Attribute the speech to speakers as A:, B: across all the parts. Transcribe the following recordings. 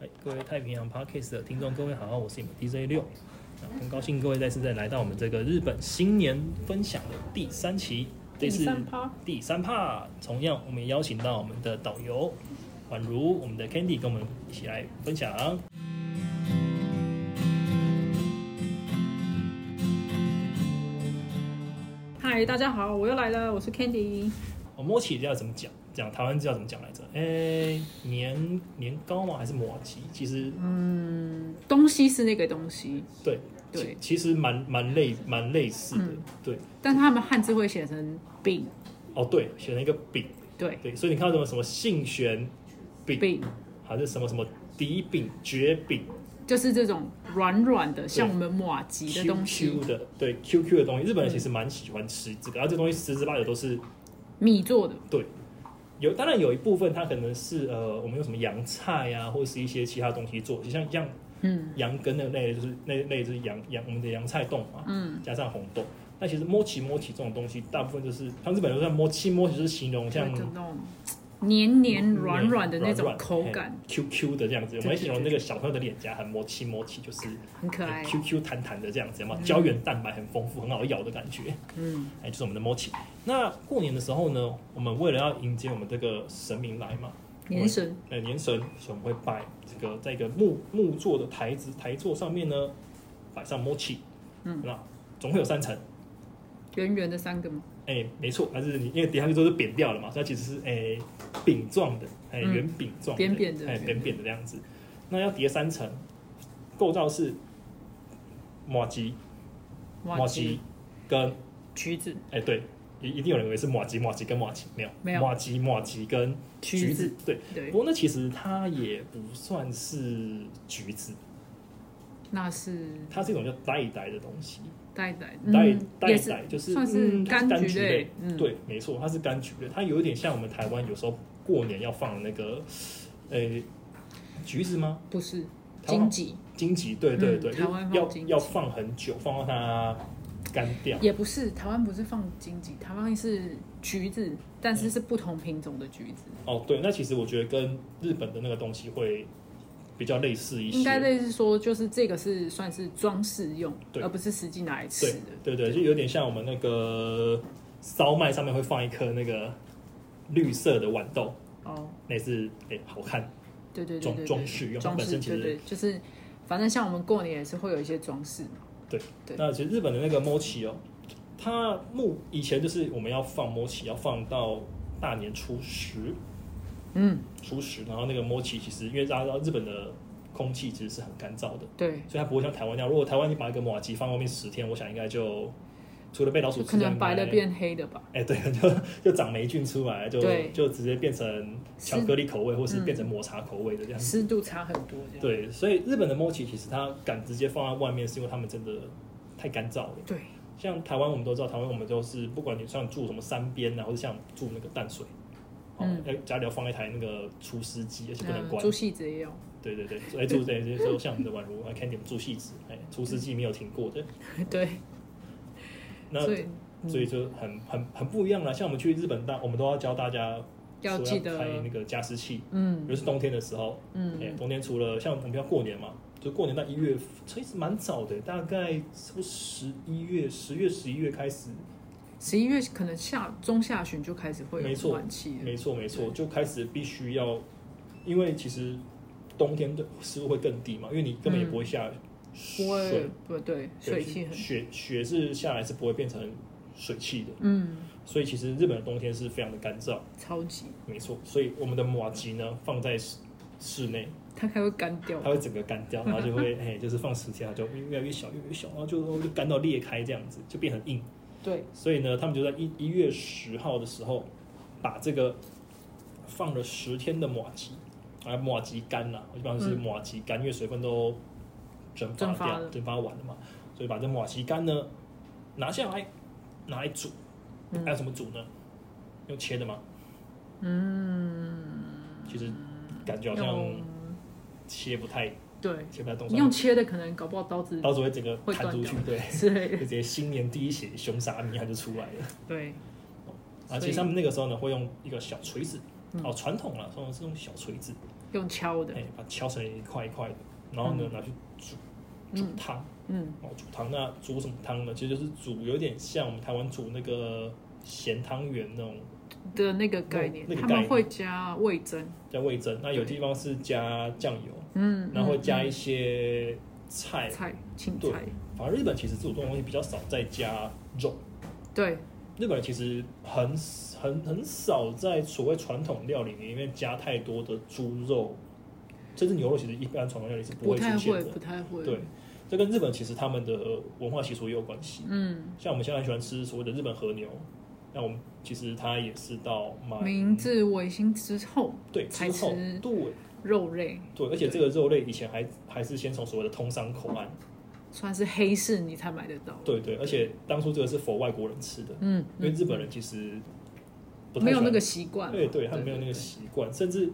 A: 哎各位太平洋 Podcast 的听众，各位好，我是你们 DJ 六，啊很高兴各位再次再来到我们这个日本新年分享的第三期，这
B: 第
A: 是
B: 三趴
A: 第三趴，同样我们也邀请到我们的导游宛如我们的 Candy 跟我们一起来分享。
B: 嗨，大家好，我又来了，我是 Candy。
A: 我摸起要怎么讲？讲台湾字要怎么讲来着？哎、年年糕吗？还是抹吉？其实
B: 东西是那个东西，
A: 对
B: 对嗯
A: 其其实蛮蛮类蛮类似的，对。
B: 但他们汉字会写成饼，
A: 哦，对，选了一个饼，
B: 对，
A: 对，所以你看到什么什么杏玄饼，
B: 饼
A: 还是什么什么底饼、绝饼
B: 就是这种软软的，像我们马吉的东西
A: ，QQ，的，对，QQ 的东西，日本人其实蛮喜欢吃这个，然后这东西十之八九都是
B: 米做的，
A: 对。有，当然有一部分它可能是呃，我们用什么洋菜啊，或是一些其他东西做，像像
B: 嗯，
A: 羊羹那类就是那类就是洋洋我们的洋菜冻嘛，嗯，加上红豆。那其实摸起摸起这种东西，大部分就是他们日本人说摸起摸起就是形容像
B: 对就那种黏黏软软的那
A: 软
B: 种
A: 软
B: 口
A: 嘿
B: 感，
A: ，Q Q 的这样子。我
B: 对
A: 们形容那个
B: 对
A: 小朋友的脸颊很摸起摸起，就是
B: 很可爱。
A: Q Q 弹弹的这样子，有没有胶原蛋白很丰富，很好咬的感觉。
B: 嗯，
A: 哎，就是我们的摸起。那过年的时候呢，我们为了要迎接我们这个神明来嘛，
B: 年神
A: 呃年神，所以我们会摆这个在一个木木做的台子台座上面呢，摆上 mochi，
B: 嗯
A: 那总会有三层。
B: 圆圆的三个吗？
A: 哎、没错，还是你因为叠下去之后是扁掉了嘛，所以它其实是哎饼、状的，哎、
B: 嗯
A: 圆饼状的，
B: 扁扁的
A: 哎、扁扁的这样子。那要叠三层，构造是马吉、马
B: 马
A: 吉跟
B: 橘子、
A: 哎、对，一一定有人以为是马吉、马吉跟马吉，没有，
B: 没有
A: 马吉、马吉跟
B: 橘
A: 子
B: 子，，
A: 对。
B: 对
A: 不，过那其实它也不算是橘子，
B: 那是
A: 它是一种叫呆呆的东西，
B: 呆呆，
A: 呆
B: 嗯，
A: 呆
B: 也是
A: 呆就是
B: 算是
A: 嗯它
B: 柑
A: 柑
B: 橘
A: 类
B: 类，嗯，
A: 对，没错，它是柑橘类，它有一点像我们台湾有时候过年要放那个，呃、橘子吗？
B: 不是
A: 台湾
B: 荆棘，
A: 荆棘，对对
B: 嗯
A: 对，
B: 台湾放
A: 要
B: 荆棘
A: 要放很久，放到它干掉。
B: 也不是，台湾不是放荆棘，台湾是橘子，但
A: 嗯
B: 是是不同品种的橘子，
A: 哦，对，那其实我觉得跟日本的那个东西会比较类似一些，
B: 应该类似说，就是这个是算是装饰用，
A: 对
B: 而不是实际拿来吃
A: 对对
B: 的。
A: 对，就有点像我们那个烧麦上面会放一颗那个绿色的豌豆，
B: 哦，
A: 那也是哎、好看，
B: 对对对
A: 装
B: 对，
A: 装饰用
B: 装
A: 本身
B: 饰
A: 其实
B: 对对，就是反正像我们过年也是会有一些装饰嘛。对
A: 那其实日本的那个 mochi 哦，它木以前就是我们要放 mochi，要放到大年初十，
B: 嗯，
A: 初十，然后那个 mochi 其实因为大家知道日本的空气其实是很干燥的，
B: 对，
A: 所以它不会像台湾那样。如果台湾你把一个马吉放外面十天，我想应该就除了被老鼠
B: 就
A: 吃
B: 可
A: 掉，
B: 能白的
A: 应该。
B: 变黑的吧。
A: 哎，对， 就就长霉菌出来，就
B: 对嗯
A: 就直接变成巧克力口味，或是变成抹茶口味的这样子。
B: 湿度差很多，这样
A: 对，所以日本的 mochi 其实它敢直接放在外面，是因为他们真的太干燥了。
B: 对
A: 像台湾，我们都知道，台湾我们都是不管你像住什么山边啊，或者像住那个淡水，哦，
B: 嗯
A: 要家里要放一台那个除湿机，而且不能
B: 嗯，
A: 关。
B: 猪戏子也 有，
A: 对对哎对，所以住这些时候，像我们的宛如啊，Candy 我们住戏子，哎，除湿机没有停过的，
B: 对，
A: 那
B: 所以
A: 所以就很很很不一样了。像我们去日本大，我们都要教大家
B: 要
A: 说
B: 记
A: 开
B: 得
A: 那，个加湿器，
B: 嗯
A: 尤其是冬天的时候，哎，
B: 嗯，
A: 冬天除了像我们要过年嘛，就过年到一月，其实蛮早的，大概十一月、十月、十一月开始。
B: 十一月可能下中下旬就开始会
A: 没
B: 有
A: 错
B: 暖气了，
A: 没错，没错，就开始必须要，因为其实冬天的湿度会更低嘛，因为你根本也不会下水，
B: 嗯不会不对，水
A: 对
B: 汽很
A: 雪雪是下来是不会变成水汽的，
B: 嗯，
A: 所以其实日本的冬天是非常的干燥，
B: 超级，
A: 没错，所以我们的马吉呢放在室室内，
B: 它还会干掉
A: 它。会整个干掉，然后就会哎就是放十天，它就越来越小，越来越小，然后就就干到裂开这样子，就变很硬。
B: 对，
A: 所以呢，他们就在一一月十号的时候，把这个放了十天的马吉，啊，马吉干啦，我一般是
B: 嗯
A: 马吉干，因为水分都蒸发
B: 蒸发
A: 掉、
B: 了
A: 蒸发完了嘛，所以把这马吉干呢拿下来，拿来煮，
B: 嗯
A: 还有什么煮呢？用切的吗？
B: 嗯，
A: 其实感觉好像
B: 用
A: 切不太
B: 对，
A: 切不太动，
B: 你用切的可能搞不好刀子
A: 到时候会整个
B: 会
A: 弹
B: 断
A: 出
B: 掉
A: 去，对，
B: 之类
A: 就
B: 的。
A: 直接新年第一血凶杀命案就出来了。
B: 对，
A: 啊，
B: 所以
A: 其实他们那个时候呢，会用一个小锤子，
B: 嗯
A: 哦，传统了，传统是用小锤子，
B: 用敲的
A: 哎、，把它敲成一块一块的，然后呢
B: 嗯
A: 拿去煮煮
B: 嗯
A: 汤，
B: 嗯
A: 哦，煮汤那煮什么汤呢？其实就是煮有点像我们台湾煮那个咸汤圆那种
B: 的那个概念
A: 那，个
B: 他
A: 概念
B: 们会加味增，
A: 叫味噌，那有地方是加酱油，
B: 嗯，
A: 然后
B: 嗯
A: 加一些菜，
B: 菜青
A: 对
B: 菜，
A: 反而日本其实这种东西比较少再加肉。
B: 对，
A: 日本人其实很很很少在所谓传统料理里面加太多的猪肉，甚至牛肉，其实一般传统料理是不
B: 不
A: 会
B: 太
A: 出现
B: 会，
A: 的
B: 不。太会，
A: 对，这跟日本其实他们的文化习俗也有关系。
B: 嗯，
A: 像我们现在很喜欢吃所谓的日本和牛，那我们其实它也是到满
B: 明治维新之后
A: 对之
B: 才
A: 后
B: 吃
A: 对
B: 肉类
A: 对，而且这个肉类以前还还是先从所谓的通商口岸，
B: 算是黑市，你才买得到，
A: 对对，而且当初这个是否外国人吃的，
B: 嗯，
A: 因为
B: 嗯
A: 日本人其实不太
B: 没有
A: 喜欢
B: 那个习惯，
A: 对对，他们没有那个习惯，甚至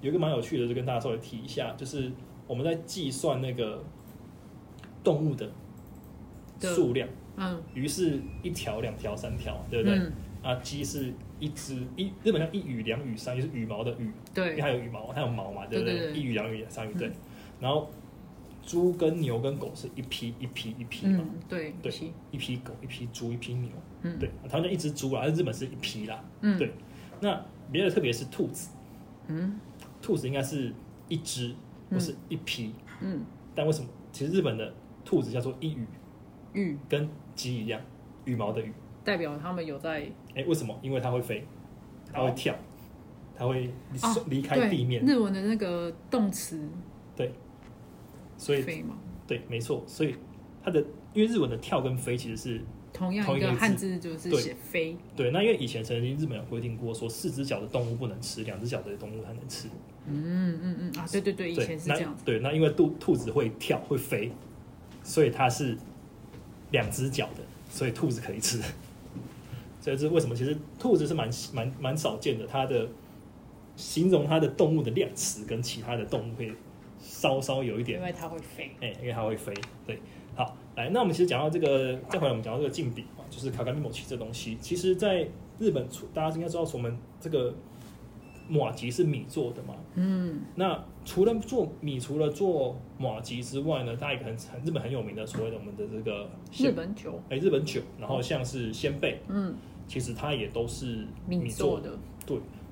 A: 有一个蛮有趣的，就跟大家稍微提一下，就是我们在计算那个动物的
B: 的
A: 数量，
B: 嗯，
A: 鱼是一条、两条、三条，对不对？
B: 嗯
A: 啊，鸡是一只一，日本叫一羽、两羽、三羽，就是羽毛的羽，因为
B: 嗯对，
A: 它有羽毛，它有毛嘛，不
B: 对对嗯对
A: 一羽、两羽、三羽，对。然后猪跟牛跟狗是一批一批一批嘛，
B: 嗯，对，
A: 对
B: 是
A: 一批狗、一批猪、一批牛，
B: 嗯，
A: 对，台湾就一只猪啦，但是日本是一批啦，
B: 嗯，
A: 对那别的特别是兔子，
B: 嗯
A: 兔子应该是一只
B: 嗯
A: 不是一批，
B: 嗯，
A: 但为什么？其实日本的兔子叫做一羽，
B: 玉
A: 跟鸡一样，羽毛的羽。
B: 代表他们有在
A: 哎、为什么？因为它会飞，它会跳，它会离
B: 哦
A: 离开地面，
B: 对日文的那个动词
A: 所以
B: 飞嘛，
A: 对，没错，所以它的因为日文的跳跟飞其实是
B: 同样
A: 同
B: 一
A: 一个
B: 个
A: 字
B: 汉字就是
A: 对
B: 写飞，
A: 对。那因为以前曾经日本有规定过，说四只脚的动物不能吃，两只脚的动物才能吃。
B: 嗯嗯嗯啊，对对对，以
A: 对
B: 前，是
A: 那
B: 这样子，
A: 对，那因为兔兔子会跳会飞，所以它是两只脚的，所以兔子可以吃。所以这是为什么？其实兔子是蛮蛮蛮少见的，它的形容它的动物的量词跟其他的动物会稍稍有一点
B: 因为它会飞，
A: 哎、因为它会飞。对，好，来，那我们其实讲到这个，再回来我们讲到这个竞比嘛，就是卡卡米莫奇这东西，其实在日本除，大家应该知道，我们这个马吉是米做的嘛。
B: 嗯
A: 那除了做米，除了做马吉之外呢，它也很很日本很有名的所谓的我们的这个
B: 日
A: 鲜
B: 本酒，
A: 哎、日本酒，然后像是鲜贝，
B: 嗯，
A: 其实它也都是
B: 米
A: 做
B: 做。的，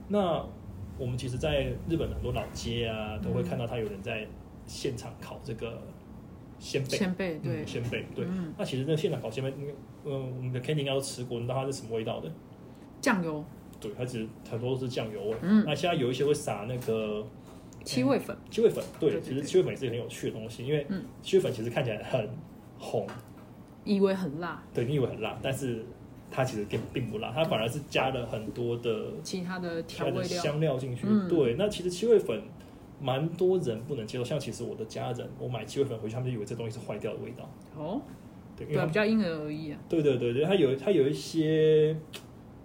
A: 那我们其实，在日本很多老街啊，都会看到他有人在现场烤这个鲜贝。
B: 前辈对
A: 嗯，鲜贝对。
B: 嗯，
A: 那其实那个现场烤鲜贝，嗯，呃我们的 Kenny 应该都吃过，你知道它是什么味道的？
B: 酱油
A: 对，它其实很多都是酱油味。
B: 嗯
A: 那现在有一些会撒那个
B: 七味粉，
A: 七味粉，对，
B: 对对
A: 其实
B: 对
A: 七味粉也是一个很有趣的东西，因为
B: 嗯
A: 七味粉其实看起来很红，
B: 以为很辣，
A: 对你以为很辣，但是它其实并并不辣，它反而是加了很多的
B: 其他的
A: 其
B: 调
A: 他的
B: 味料，
A: 香料进去。
B: 嗯
A: 对，那其实七味粉。蛮多人不能接受，像其实我的家人，我买七味粉回去，他们就以为这东西是坏掉的味道，
B: 哦，
A: 对，因为
B: 对
A: 他
B: 啊，
A: 们
B: 比较因人而异啊，
A: 对对对对，它有它有一些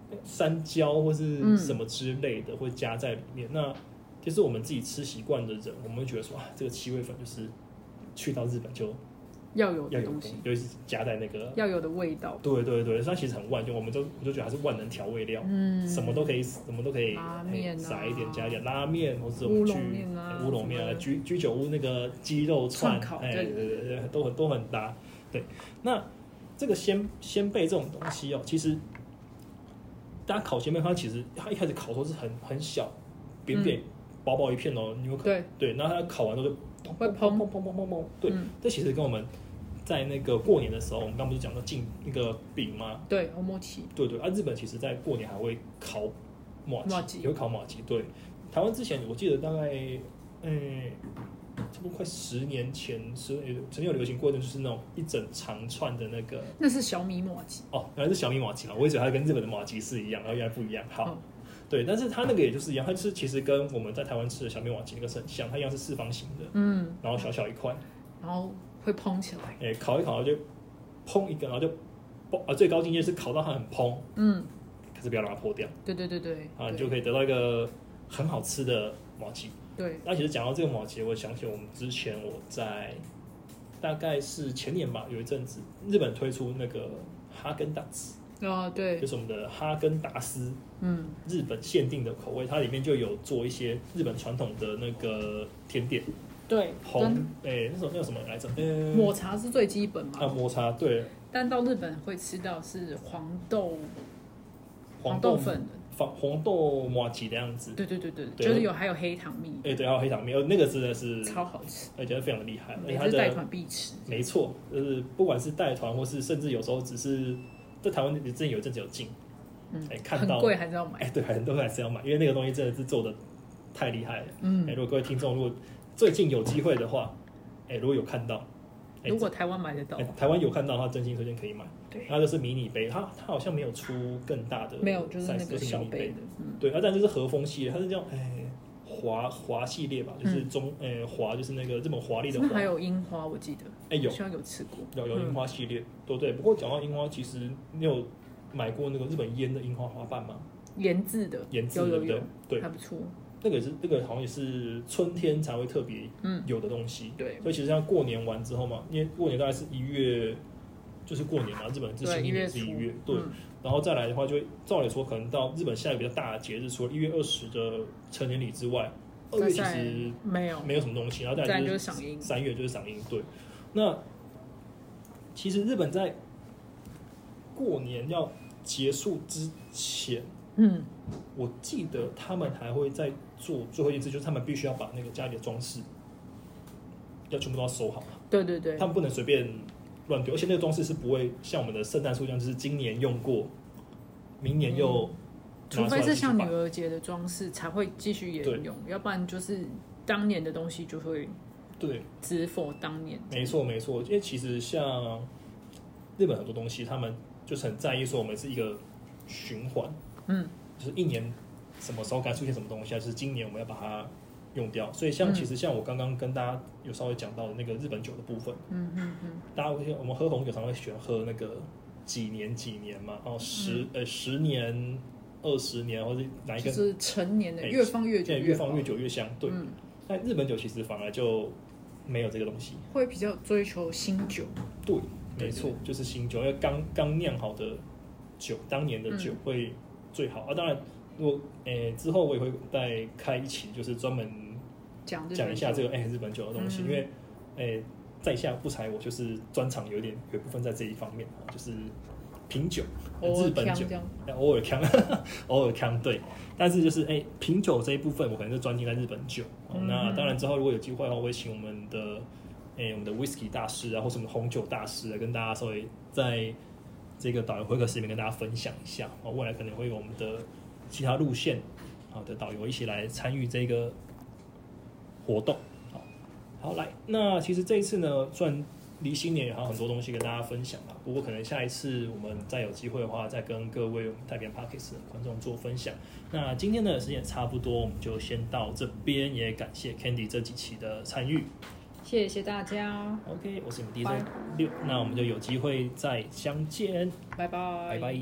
A: 呃山椒或是什么之类的会加在里面。那其实我们自己吃习惯的人，我们会觉得说啊，这个七味粉就是去到日本就
B: 要有
A: 要
B: 的
A: 有
B: 东
A: 东
B: 西
A: 西，，尤其是加在那个。
B: 要有的味道，
A: 对对对，它其实很万用，我们都我就觉得它是万能调味料，
B: 嗯，
A: 什么都可以，什么都可以，
B: 拉面啊
A: 嘿撒一点加一点，拉面或者我
B: 乌
A: 们去
B: 龙面啊
A: 嘿乌龙面
B: 什
A: 啊，
B: 么的
A: 居居酒屋那个鸡肉串
B: 串，烤
A: 哎，
B: 对
A: 对对对，都很都很搭。对，那这个鲜鲜贝这种东西哦，其实大家烤鲜贝，它其实它一开始烤的时候是很很小，扁扁、薄薄一片哦，你有可
B: 嗯
A: 对，
B: 对，
A: 那它烤完之后就砰
B: 会
A: 砰
B: 砰
A: 砰砰砰砰砰，对，
B: 嗯
A: 这其实跟我们在那个过年的时候，我们刚不是讲到进那个饼吗？
B: 对，欧莫奇，
A: 对对，啊，日本其实在过年还会烤马
B: 马
A: 吉，
B: 吉
A: 也会烤马吉。对，台湾之前我记得大概，嗯，差不多快十年前，十年曾经有流行过的就是那种一整长串的那个，
B: 那是小米莫吉，
A: 哦，原来是小米马吉啊，我一直以为它跟日本的马吉是一样，然后原来不一样。好，
B: 嗯
A: 对，但是它那个也就是一样，它就是其实跟我们在台湾吃的小米马吉那个是很像，它一样是四方形的，
B: 嗯，
A: 然后小小一块，
B: 然后会蓬起来，
A: 哎、烤一烤然后就砰一个，然后就嘣啊，最高境界是烤到它很砰，
B: 嗯，
A: 可是不要让它破掉。
B: 对对对对，
A: 啊，
B: 对
A: 你就可以得到一个很好吃的毛鸡。
B: 对，
A: 那其实讲到这个毛鸡，我想起我们之前我在大概是前年吧，有一阵子日本推出那个哈根达斯，
B: 哦，对
A: 就，是我们的哈根达斯
B: 嗯，
A: 日本限定的口味，它里面就有做一些日本传统的那个甜点，
B: 对，
A: 红
B: 跟
A: 诶、那时候那叫什么来着？嗯、
B: 抹茶是最基本嘛，
A: 啊抹茶对，
B: 但到日本会吃到是黄豆
A: 黄
B: 豆
A: 豆
B: 粉的，
A: 黄红豆抹吉的样子。
B: 对对对对，
A: 对
B: 就是有还有黑糖蜜，
A: 哎、对，还有黑糖面，呃，那个真的是，
B: 超嗯好吃，
A: 我觉得非常的厉害，而且
B: 每
A: 它
B: 次带
A: 的
B: 团必吃。
A: 没错，就是不管是带团，或是甚至有时候只是在台湾之前有一阵子有进，
B: 嗯
A: 哎、，看
B: 很
A: 到
B: 贵还是要买
A: 哎、。对，很多人还是要买，因为那个东西真的是做的太厉害了。哎、
B: 嗯，
A: 如果各位听众如果最近有机会的话，哎、如果有看到，哎、
B: 如果台湾买得到
A: 哎，台湾有看到的话，真心推荐可以买。
B: 对
A: 它就是迷你杯，它它好像没有出更大的 size，
B: 没有就是那个
A: 迷你
B: 小
A: 杯
B: 杯的，嗯，
A: 对，它但就是和风系列，它是叫哎华华系列吧，就是中哎华就是那个日本华丽的
B: 是不是
A: 华，
B: 还有樱花？我记得
A: 哎有
B: 好像有吃过，
A: 有有樱花系列，对对。不过讲到樱花，其实你有买过那个日本腌的樱花花瓣吗？
B: 盐渍的，
A: 腌制
B: 有
A: 对
B: 有
A: 不对
B: 有，？
A: 对
B: 还，不错，
A: 那个也是那个好像也是春天才会特别
B: 嗯，
A: 有的东西。
B: 对
A: 所以其实像过年完之后嘛，因为过年大概是一月，就是过年嘛，日本是
B: 对，
A: 新
B: 一
A: 历
B: 月
A: 年
B: 初
A: 是一月，，对。
B: 嗯
A: 然后再来的话就，会照理说，可能到日本下一个比较大的节日，除了一月二十的成年礼之外，二月
B: 再
A: 其
B: 下来
A: 实
B: 没有，
A: 没有什么东西，然后再
B: 再
A: 来
B: 来就
A: 就是
B: 是赏樱，
A: 三月就是赏樱。对，那其实日本在过年要结束之前，
B: 嗯，
A: 我记得他们还会再做最后一次，就是他们必须要把那个家里的装饰要全部都要收好。
B: 对对对
A: 他，们不能随便乱丢，而且那个装饰是不会像我们的圣诞树一样，就是今年用过，明年又
B: 嗯除
A: 拿出
B: 非
A: 来
B: 是像
A: 继
B: 女
A: 续摆
B: 儿节的装饰才会继续
A: 对
B: 沿用，要不然就是当年的东西就会
A: 对，
B: 只否当年。
A: 没错没错，因为其实像日本很多东西，他们就是很在意说我们是一个循环，
B: 嗯，
A: 就是一年什么时候该出现什么东西啊，就是今年我们要把它用掉。所以像
B: 嗯
A: 其实像我刚刚跟大家有稍微讲到的那个日本酒的部分，
B: 嗯嗯嗯，
A: 大家会我们喝红酒常会喜欢喝那个几年几年嘛，然后十、呃十年、二十年，或者哪一
B: 就
A: 个
B: 是成年的
A: 哎
B: 越放越久
A: 对越
B: 好
A: 放越，久越香。对，
B: 嗯，
A: 但日本酒其实反而就没有这个东西。
B: 会比较追求新酒，
A: 对，
B: 对
A: 没错，就是新酒，因为刚刚酿好的酒，当年的酒会最好、啊。当然，如果诶、之后我也会再开一期，就是专门
B: 讲
A: 讲一下这
B: 个
A: 个诶、日本酒的东西，
B: 嗯
A: 因为诶、在下不才我就是专长有点有一部分在这一方面啊，就是品酒，
B: 偶
A: 日
B: 尔
A: 本
B: 哦呛
A: 酒
B: 这，样，
A: 哎偶尔扛， 偶尔扛对，但是就是哎、品酒这一部分，我可能就专精在日本酒。哦
B: 嗯
A: 那当然之后如果有机会的话，我也请我们的哎、我们的 whisky 大师啊，或什么红酒大师来啊跟大家稍微在这个导游会客室里面跟大家分享一下。哦，未来可能会有我们的其他路线好的导游一起来参与这个活动。好，好来，那其实这一次呢，算离新年也还有很多东西跟大家分享啦。不过可能下一次我们再有机会的话，再跟各位我们太平 p a r k e s 的观众做分享。那今天的时间也差不多，我们就先到这边，也感谢 Candy 这几期的参与。
B: 谢谢大家，
A: OK，我是你们 DJ
B: 拜
A: 六，那我们就有机会再相见，
B: 拜拜，
A: 拜拜